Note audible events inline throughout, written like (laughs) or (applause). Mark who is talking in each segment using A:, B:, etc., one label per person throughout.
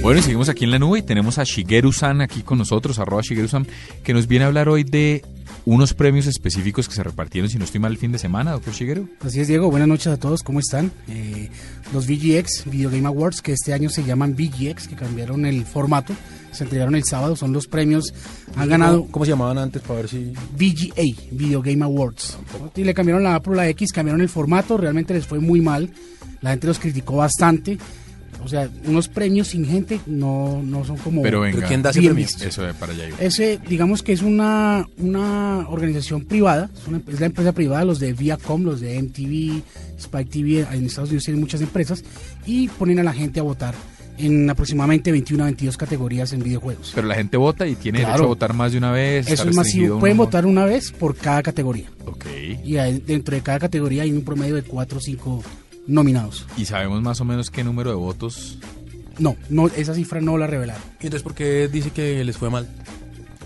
A: Bueno, y seguimos aquí en la nube y tenemos a Shigeru-san aquí con nosotros, arroba Shigeru-san, que nos viene a hablar hoy de unos premios específicos que se repartieron, si no estoy mal, el fin de semana, doctor Shigeru.
B: Así es, Diego. Buenas noches a todos. ¿Cómo están? Eh, los VGX, Video Game Awards, que este año se llaman VGX, que cambiaron el formato, se entregaron el sábado, son los premios. Han ganado
C: ¿Cómo se llamaban antes para ver si.?
B: VGA, Video Game Awards. Y le cambiaron la A por la X, cambiaron el formato, realmente les fue muy mal. La gente los criticó bastante. O sea, unos premios sin gente no, no son como...
A: Pero venga,
C: ¿Pero quién da ese
B: bien
C: premio?
B: visto.
A: eso es para allá. iba.
B: Ese, digamos que es una, una organización privada, es, una- es la empresa privada, los de Viacom, los de MTV, Spike TV, en Estados Unidos tienen muchas empresas, y ponen a la gente a votar en aproximadamente 21 a 22 categorías en videojuegos.
A: Pero la gente vota y tiene
B: Claro.
A: derecho a votar más de una vez. está
B: Eso es
A: restringido
B: masivo,
A: un
B: pueden
A: montón.
B: votar una vez por cada categoría,
A: Ok.
B: y ahí dentro de cada categoría hay un promedio de 4 o 5 nominados.
A: ¿Y sabemos más o menos qué número de votos?
B: No, no, esa cifra no la revelaron.
C: ¿Y entonces por qué dice que les fue mal?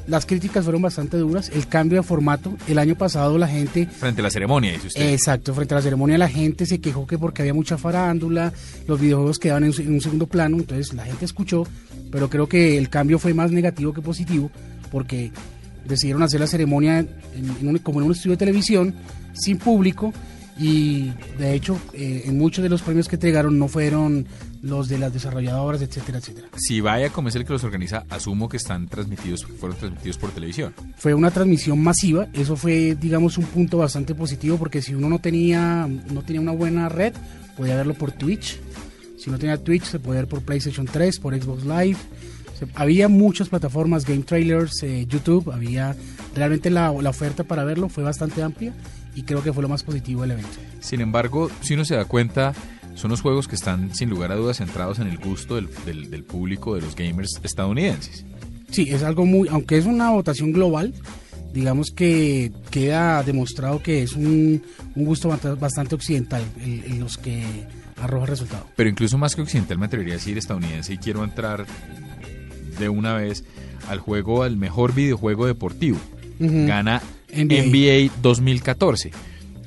B: Las críticas fueron bastante duras, el cambio de formato, el año pasado la gente
A: Frente a la ceremonia, dice usted.
B: Exacto, frente a la ceremonia la gente se quejó que porque había mucha farándula, los videojuegos quedaban en, su- en un segundo plano, entonces la gente escuchó, pero creo que el cambio fue más negativo que positivo, porque decidieron hacer la ceremonia en- en un- como en un estudio de televisión, sin público, y de hecho eh, en muchos de los premios que entregaron no fueron los de las desarrolladoras, etcétera, etcétera.
A: Si vaya como es el que los organiza, asumo que están transmitidos, fueron transmitidos por televisión.
B: fue una transmisión masiva, eso fue digamos un punto bastante positivo porque si uno no tenía no tenía una buena red, podía verlo por Twitch. Si no tenía Twitch, se podía ver por PlayStation 3, por Xbox Live. Se- había muchas plataformas, game trailers, eh, YouTube, había realmente la, la oferta para verlo fue bastante amplia y creo que fue lo más positivo del evento.
A: Sin embargo, si uno se da cuenta, son los juegos que están sin lugar a dudas centrados en el gusto del, del- del público, de los gamers estadounidenses.
B: Sí, es algo muy, aunque es una votación global, digamos que queda demostrado que es un, un gusto bast- bastante occidental el- el- los que arroja el resultado.
A: Pero incluso más que occidental me atrevería a decir estadounidense y quiero entrar de una vez al juego, al mejor videojuego deportivo.
B: Ujú.
A: Gana
B: NBA.
A: NBA 2014.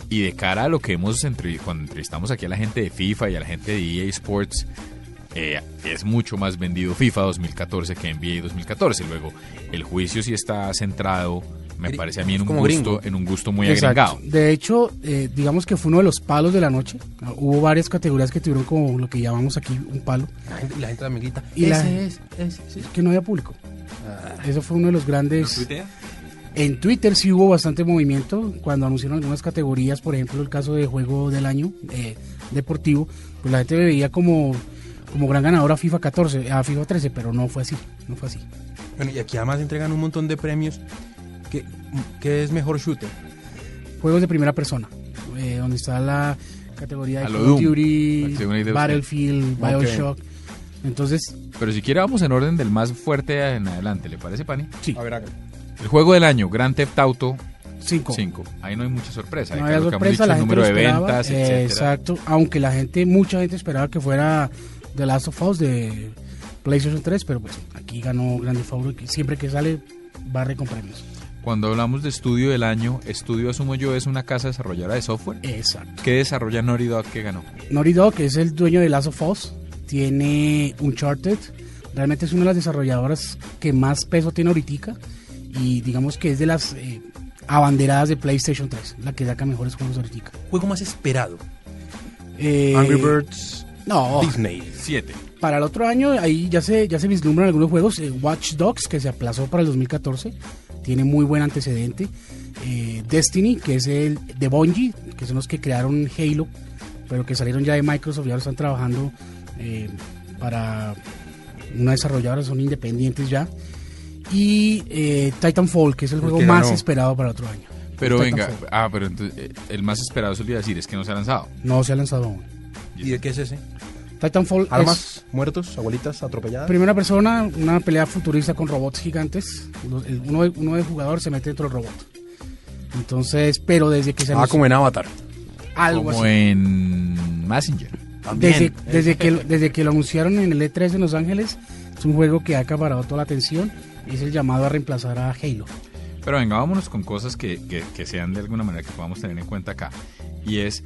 A: Y de cara a lo que hemos entre- cuando entrevistamos aquí a la gente de FIFA y a la gente de EA Sports, eh, es mucho más vendido FIFA 2014 que NBA 2014. Luego, el juicio sí está centrado, me
C: Gri-
A: parece a mí, en
C: es
A: un,
C: como
A: gusto,
C: gringo.
A: en un gusto muy
B: Exacto.
A: agregado.
B: De hecho, eh, digamos que fue uno de los palos de la noche. Ah, Hubo varias categorías que tuvieron como lo que llamamos aquí un palo,
C: La gente, la gente también grita.
B: Y la-
C: ese es, ese sí.
B: que no había público. Eso fue uno de Ah. los grandes...
A: tuitea?
B: En Twitter sí hubo bastante movimiento cuando anunciaron algunas categorías, por ejemplo el caso de juego del año eh, deportivo, pues la gente veía como, como gran ganador a FIFA 14, a FIFA 13, pero no fue así, no fue así.
C: Bueno, y aquí además entregan un montón de premios. ¿Qué, qué es mejor shooter?
B: juegos de primera persona, eh, donde está la categoría de
A: A lo
B: Call of
A: Doom, para
B: Duty,
A: que se una idea usted.
B: Battlefield,
C: Ok.
B: Bioshock. Entonces,
A: Pero siquiera vamos en orden del más fuerte en adelante, ¿le parece, Pani?
B: sí,
C: A ver, hágale.
A: El juego del año, Grand Theft Auto
B: cinco.
A: 5. Ahí no hay mucha sorpresa.
B: No
A: de cara
B: había
A: a lo que hemos
B: sorpresa,
A: dicho,
B: la
A: el
B: gente
A: número
B: lo
A: de
B: esperaba.
A: ventas,
B: eh,
A: etcétera.
B: exacto, aunque la gente, mucha gente esperaba que fuera The Last of Us de PlayStation 3, pero pues aquí ganó Grande Fauro que siempre que sale barre con premios.
A: Cuando hablamos de estudio del año, estudio asumo yo es una casa desarrolladora de software.
B: Exacto.
A: ¿Qué desarrolla Naughty Dog que ganó?
B: Naughty Dog es el dueño de Last of Us, tiene Uncharted, realmente es una de las desarrolladoras que más peso tiene ahorita y digamos que es de las eh, abanderadas de PlayStation 3, la que saca mejores juegos ahorita.
C: Juego más esperado.
B: Eh, oh.
C: Angry Birds
B: No,
C: Disney.
A: 7.
B: para el otro año ahí ya se, ya se vislumbran algunos juegos. eh, Watch Dogs, que se aplazó para el 2014, tiene muy buen antecedente. Eh, Destiny, que es el de Bungie, que son los que crearon Halo, pero que salieron ya de Microsoft y ahora están trabajando eh, para una desarrolladora, son independientes ya. Y eh, Titanfall, que es el
C: El
B: juego
C: que
B: más
C: ganó.
B: esperado para el otro año.
A: Pero venga,
B: Titanfall.
A: ah, pero entonces, eh, el más esperado, eso le iba a decir, es que no se ha lanzado.
B: No se ha lanzado aún.
C: ¿Y de qué es ese?
B: Titanfall es
C: Armas, muertos, abuelitas, atropelladas.
B: Primera persona, una pelea futurista con robots gigantes. Uno, el- uno de, uno de jugador se mete dentro del robot. Entonces, pero desde que se
C: Ah,
B: anunció-
C: como en Avatar.
B: algo
A: Como
B: así.
A: en Messenger.
B: Desde,
C: También.
B: desde, que, desde que lo anunciaron en el E3 en Los Ángeles, es un juego que ha acaparado toda la atención y es el llamado a reemplazar a Halo.
A: Pero venga, vámonos con cosas que, que- que sean de alguna manera que podamos tener en cuenta acá. Y es,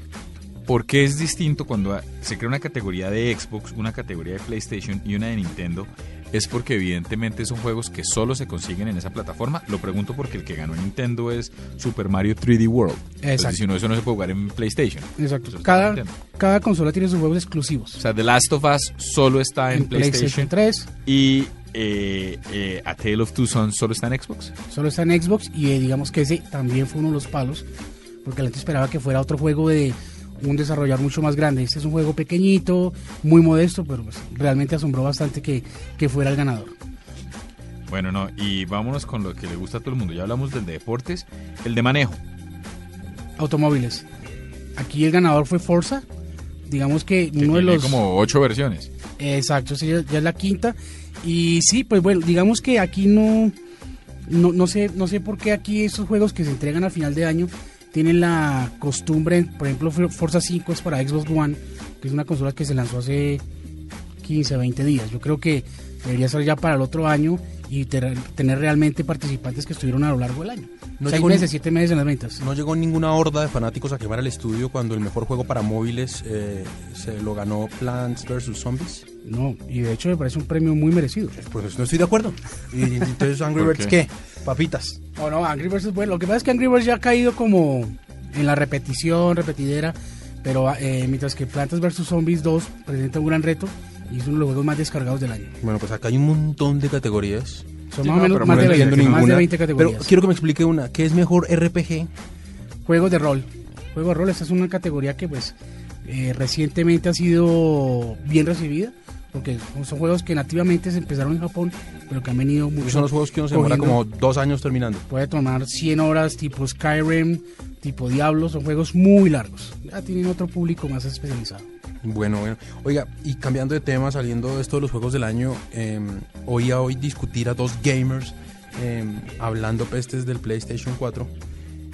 A: ¿Por qué es distinto cuando a- se crea una categoría de Xbox, una categoría de PlayStation y una de Nintendo? Es porque evidentemente son juegos que solo se consiguen en esa plataforma. Lo pregunto porque el que ganó Nintendo es Super Mario 3D World. Entonces,
B: Exacto.
A: si no, eso no se puede jugar en PlayStation.
B: Exacto.
A: Eso está en
B: Cada,
A: Nintendo.
B: cada consola tiene sus juegos exclusivos.
A: O sea, The Last of Us solo está en,
B: en
A: PlayStation,
B: PlayStation 3
A: y eh, eh, A Tale of Two Sons solo está en Xbox.
B: solo está en Xbox y eh, digamos que ese también fue uno de los palos porque la gente esperaba que fuera otro juego de un desarrollador mucho más grande. Este es un juego pequeñito, muy modesto, pero pues, realmente asombró bastante que, que fuera el ganador.
A: Bueno, no, y vámonos con lo que le gusta a todo el mundo. Ya hablamos del de deportes, el de manejo.
B: Automóviles. Aquí el ganador fue Forza. Digamos que,
A: Que
B: uno de
A: tiene
B: los...
A: como ocho versiones.
B: Exacto, sí, ya es la quinta. Y sí, pues bueno, digamos que aquí no, no, no sé, no sé por qué aquí estos juegos que se entregan al final de año tienen la costumbre, por ejemplo, For- Forza 5 es para Xbox One, que es una consola que se lanzó hace 15, 20 días. Yo creo que debería ser ya para el otro año y ter- tener realmente participantes que estuvieron a lo largo del año.
C: No
B: Seis
C: llegó ni-
B: meses, siete meses en las ventas.
C: No llegó ninguna horda de fanáticos a quemar el estudio cuando el mejor juego para móviles eh, se lo ganó Plants vs. Zombies.
B: No, y de hecho me parece un premio muy merecido.
C: Pues no estoy de acuerdo. Y entonces Angry
A: ¿Por
C: Birds,
A: qué?
C: ¿qué? Papitas.
B: O no, Angry Birds es bueno. Lo que pasa es que Angry Birds ya ha caído como en la repetición, repetidera. Pero eh, mientras que Plantas vs. Zombies 2 presenta un gran reto y es uno de los juegos más descargados del año.
C: Bueno, pues acá hay un montón de categorías.
B: Son
A: Sí,
B: más
A: no,
B: o menos
A: pero
B: más
A: no
B: de, 20,
A: entiendo
B: más de
C: ninguna.
B: 20
C: Pero
B: categorías.
C: quiero que me explique una. ¿Qué es mejor RPG?
B: Juegos de rol. Juegos de rol, esta es una categoría que pues eh, recientemente ha sido bien recibida. Porque son juegos que nativamente se empezaron en Japón, pero que han venido mucho.
C: Son los juegos que uno se demora
B: cogiendo-
C: como dos años terminando.
B: Puede tomar 100 horas tipo Skyrim, tipo Diablo, son juegos muy largos. Ya tienen otro público más especializado.
C: Bueno, bueno. Oiga, y cambiando de tema, saliendo de esto de los juegos del año, eh, oía hoy discutir a dos gamers eh, hablando pestes del PlayStation 4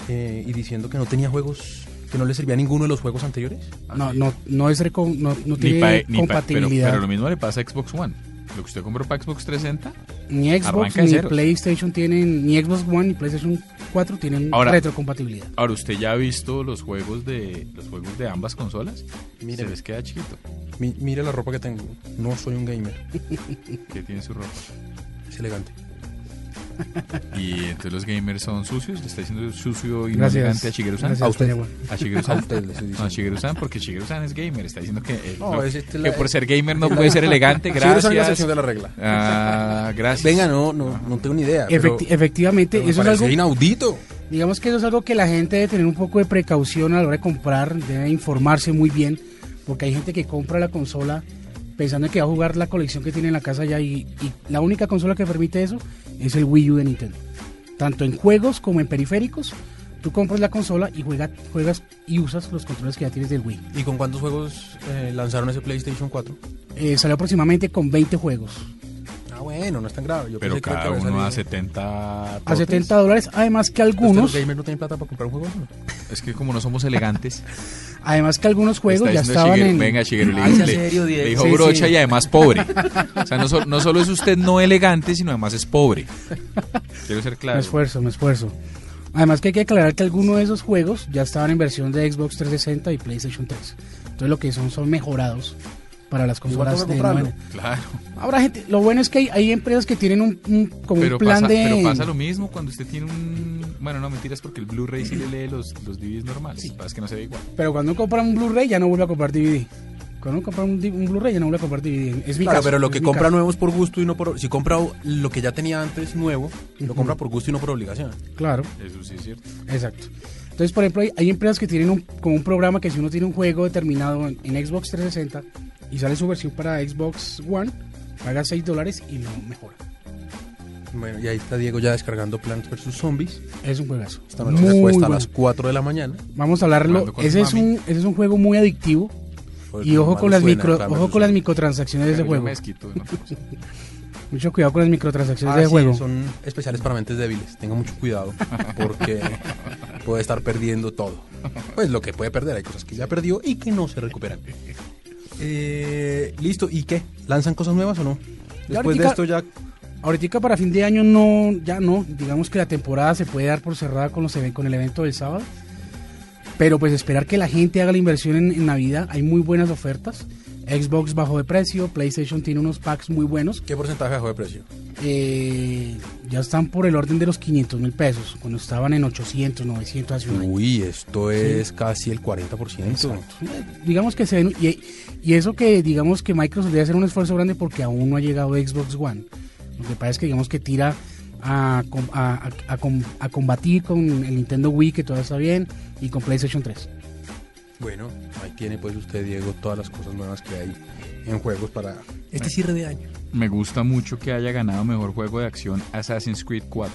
C: eh, y diciendo que no tenía juegos, que no le servía ninguno de los juegos anteriores.
B: No, no, no es reco- no, no tiene
A: Ah, pa- pa- pero,
B: compatibilidad
A: pero lo mismo le pasa a Xbox One. Lo que usted compró para Xbox 360.
B: ni Xbox
A: arranca de
B: ni
A: ceros.
B: PlayStation tienen ni Xbox One ni PlayStation 4 tienen
A: Ahora-
B: retrocompatibilidad.
A: Ahora, ¿usted ya ha visto los juegos de los juegos de ambas consolas?
C: Míreme.
A: Se les queda chiquito.
C: Mi- mire la ropa que tengo. No soy un gamer.
A: Que tiene su ropa.
C: Es elegante.
A: Y entonces los gamers son sucios. Le está diciendo sucio y no
B: Gracias.
A: elegante a Shigeru-san.
B: Gracias,
C: A usted.
B: doña Juan.
A: A Shigeru-san.
C: (laughs) A usted le estoy diciendo.
A: No, a Shigeru-san, porque Shigeru-san es gamer. Está diciendo que, eh,
C: No,
A: no,
C: es este
A: que
C: la-
A: por ser gamer no puede ser elegante.
C: Sí, pero esa es la
A: Gracias.
C: sección de la regla.
A: Ah, gracias.
C: Venga, no, no, no tengo ni idea. pero-
B: Efecti- efectivamente,
C: pero me
B: eso es
C: parece
B: algo,
C: inaudito.
B: digamos que eso es algo que la gente debe tener un poco de precaución a la hora de comprar, debe informarse muy bien, porque hay gente que compra la consola pensando en que va a jugar la colección que tiene en la casa ya y, y la única consola que permite eso es el Wii U de Nintendo. Tanto en juegos como en periféricos, tú compras la consola y juega- juegas y usas los controles que ya tienes del Wii.
C: ¿Y con cuántos juegos eh, lanzaron ese PlayStation 4?
B: Eh, salió aproximadamente con 20 juegos.
C: Ah, bueno, no es tan grave. Yo
A: Pero
C: pensé que era
A: cada
C: que había
A: uno a
C: salido.
A: 70
B: A
A: totes.
B: 70 dólares, además que
C: ¿Ustedes los
B: algunos,
C: gamers no tienen plata para comprar un juego? No?
A: Es que como no somos elegantes,
B: además que algunos (laughs) juegos
A: está
B: ya
A: diciendo
B: estaban
A: Shigeru,
B: en...
A: Venga, Shigeru, le,
C: Ay, sea
A: le-
C: Ah, serio, Diego.
A: le dijo
B: Sí,
A: brocha
B: sí.
A: y además pobre. O sea, no, so- no solo es usted no elegante, sino además es pobre. Quiero ser
B: Me
A: claro.
B: esfuerzo, me esfuerzo. Además que hay que aclarar que algunos de esos juegos ya estaban en versión de Xbox 360 y PlayStation 3. Entonces lo que son son mejorados para las
C: Igual
B: consolas
C: toca
B: de
C: comprarlo.
B: nueva-
A: Claro.
B: Ahora gente, lo bueno es que hay, hay empresas que tienen un, un- como
A: Pero
B: un plan
A: pasa,
B: de
A: pero pasa lo mismo cuando usted tiene un... Bueno, no, mentiras, porque el Blu-ray sí le lee los, los DVDs normales. Pasa que no se ve igual.
B: pero cuando uno compra un Blu-ray ya no vuelve a comprar DVD. Cuando uno compra un, di- un Blu-ray ya no vuelve a comprar DVD. Es mi
C: Claro,
B: caso,
C: pero lo
B: es
C: que
B: mi
C: compra
B: caso.
C: nuevo es por gusto y no por... Si compra lo que ya tenía antes nuevo, lo compra por gusto y no por obligación.
B: Claro.
A: Eso sí es cierto.
B: Exacto. Entonces, por ejemplo, hay, hay empresas que tienen un, como un programa que si uno tiene un juego determinado en, en Xbox 360 y sale su versión para Xbox One, paga 6 dólares y lo mejora.
C: Bueno, y ahí está Diego ya descargando Plants vs. Zombies.
B: Es un juegazo.
C: Esta
B: Muy
C: noche se cuesta a
B: bueno.
C: las 4 de la mañana.
B: Vamos a hablarlo.
A: Jugando con
B: Ese
A: tu
B: es,
A: mami.
B: un, ese es un juego muy adictivo.
C: Joder,
B: Y
C: como
B: ojo
C: mal
B: con,
C: me
B: las,
C: Pues suena,
B: micro,
C: Plants
B: ojo
C: vs.
B: con las
C: Zombies.
B: microtransacciones de ese
A: Yo
B: juego.
A: me desquito de una cosa.
B: Mucho cuidado con las microtransacciones
C: Ah,
B: de
C: sí,
B: juego.
C: son especiales para mentes débiles. Tenga mucho cuidado porque puede estar perdiendo todo. Pues lo que puede perder, hay cosas que ya perdió y que no se recuperan. Eh, Listo, ¿y qué? ¿Lanzan cosas nuevas o no?
B: Ya
C: Después de
B: ahorita-
C: esto ya...
B: Ahorita para fin de año no, ya no, digamos que la temporada se puede dar por cerrada con los even- con el evento del sábado. Pero pues esperar que la gente haga la inversión en, en Navidad, hay muy buenas ofertas. Xbox bajó de precio, PlayStation tiene unos packs muy buenos.
C: ¿Qué porcentaje bajó de precio?
B: Eh, ya están por el orden de los 500 mil pesos, cuando estaban en 800, 900 hace un año.
C: Uy, esto es casi el 40%.
B: Eh, Digamos que se ven, y, y eso que digamos que Microsoft debe hacer un esfuerzo grande porque aún no ha llegado Xbox One. Lo que pasa es que digamos que tira a, com- a- a- a com- a combatir con el Nintendo Wii, que todavía está bien, y con PlayStation 3.
C: Bueno, ahí tiene pues usted, Diego, todas las cosas nuevas que hay en juegos para este cierre de año.
A: Me gusta mucho que haya ganado mejor juego de acción Assassin's Creed 4,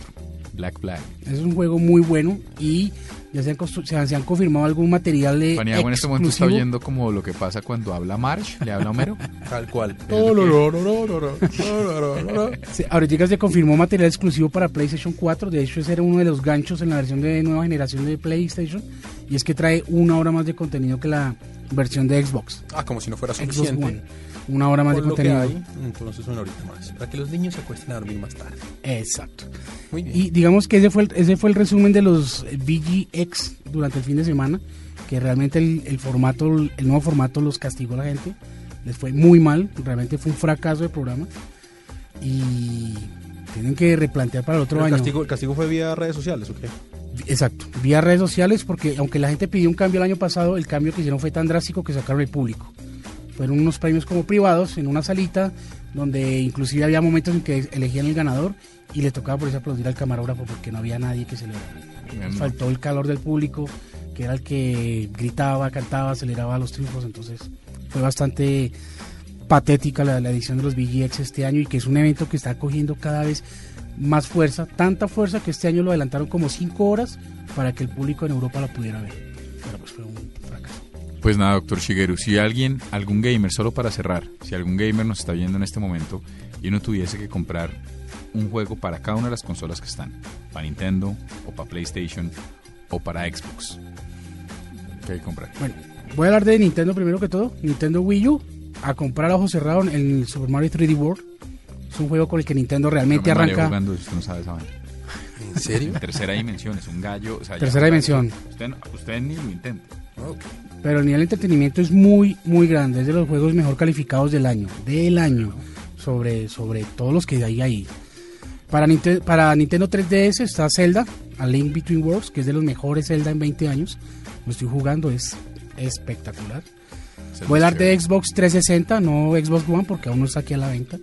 A: Black Flag.
B: Es un juego muy bueno y ya se han, constru- se han- se han confirmado algún material de.
A: Paniagua en este momento está
B: Eh, exclusivo.
A: oyendo como lo que pasa cuando habla March, le habla a
B: (laughs)
A: Homero.
C: Tal cual.
B: Oh, Sí, ahorita se confirmó material exclusivo para PlayStation 4. De hecho, ese era uno de los ganchos en la versión de nueva generación de PlayStation. Y es que trae una hora más de contenido que la versión de Xbox.
C: (laughs) Ah, como si no fuera
B: Xbox One.
C: suficiente.
B: Una hora más
C: Por
B: de
C: lo que
B: contenido.
C: hay, mm, entonces una horita más. Para que los niños se acuesten a dormir más tarde.
B: Exacto.
C: Muy bien.
B: Y digamos que ese fue el, ese fue el resumen de los VGX durante el fin de semana, que realmente el, el formato, el nuevo formato los castigó a la gente, les fue muy mal, realmente fue un fracaso de programa y tienen que replantear para el otro
C: Pero el,
B: año.
C: castigo, el castigo fue vía redes sociales, ¿o qué?
B: Exacto, vía redes sociales, porque aunque la gente pidió un cambio el año pasado, el cambio que hicieron fue tan drástico que sacaron el público. Fueron unos premios como privados en una salita donde inclusive había momentos en que elegían el ganador y le tocaba por eso aplaudir al camarógrafo porque no había nadie que se lo
A: Em,
B: faltó el calor del público, que era el que gritaba, cantaba, aceleraba los triunfos, entonces fue bastante patética la, la edición de los VGX este año y que es un evento que está cogiendo cada vez más fuerza, tanta fuerza que este año lo adelantaron como 5 horas para que el público en Europa la pudiera ver. Pero pues fue un fracaso.
A: Pues nada, doctor Shigeru, si alguien, algún gamer, solo para cerrar, si algún gamer nos está viendo en este momento y uno tuviese que comprar un juego para cada una de las consolas que están, para Nintendo o para PlayStation o para Xbox, ¿qué hay que comprar?
B: Bueno, voy a hablar de Nintendo primero que todo. Nintendo Wii U, a comprar a ojo cerrado en el Super Mario 3D World. Es un juego con el que Nintendo
A: Yo
B: realmente
A: me mareo
B: arranca.
A: jugando, usted no sabe esa vaina.
C: ¿En serio?
A: Tercera dimensión, es un gallo. o sea, ya-
B: Tercera dimensión.
A: Usted, no- usted ni lo intenta.
C: (laughs) Ok.
B: pero el nivel de entretenimiento es muy, muy grande. Es de los juegos mejor calificados del año, del año, sobre, sobre todos los que hay ahí. Para, Ninte- para Nintendo 3DS está Zelda, A Link Between Worlds, que es de los mejores Zelda en 20 años. Lo estoy jugando, es espectacular.
A: Se
B: Voy a
A: lo
B: hablar de
A: escribo.
B: Xbox 360, no Xbox One, porque aún no está aquí a la venta.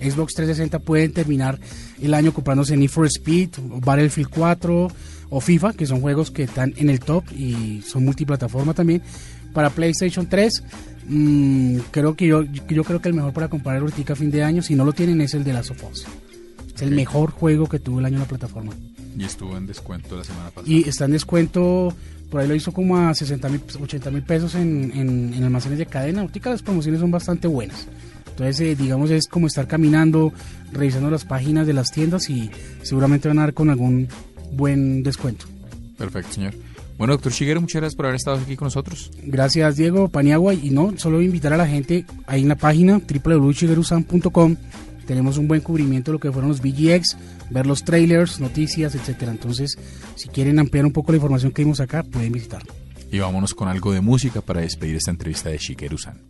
B: Xbox 360 pueden terminar el año comprándose Need for Speed, o Battlefield 4 o FIFA, que son juegos que están en el top y son multiplataforma también. Para PlayStation 3, mm, creo que yo, yo creo que el mejor para comprar ahorita a fin de año, si no lo tienen, es el de Last of Us. Es el
A: Ok.
B: mejor juego que tuvo el año en la plataforma.
A: Y estuvo en descuento la semana pasada.
B: Y está en descuento, por ahí lo hizo como a 60 mil, 80 mil pesos en, en- en almacenes de cadena. Ahorita las promociones son bastante buenas. Entonces, eh, digamos, es como estar caminando, revisando las páginas de las tiendas y seguramente van a dar con algún buen descuento.
A: Perfecto, señor. Bueno, doctor Shigeru, muchas gracias por haber estado aquí con nosotros.
B: Gracias Diego Paniagua y no, solo invitar a la gente ahí en la página www.chigerusan.com tenemos un buen cubrimiento de lo que fueron los VGX, ver los trailers, noticias, etcétera. Entonces, si quieren ampliar un poco la información que vimos acá, pueden visitar.
A: Y vámonos con algo de música para despedir esta entrevista de Shigeru-san.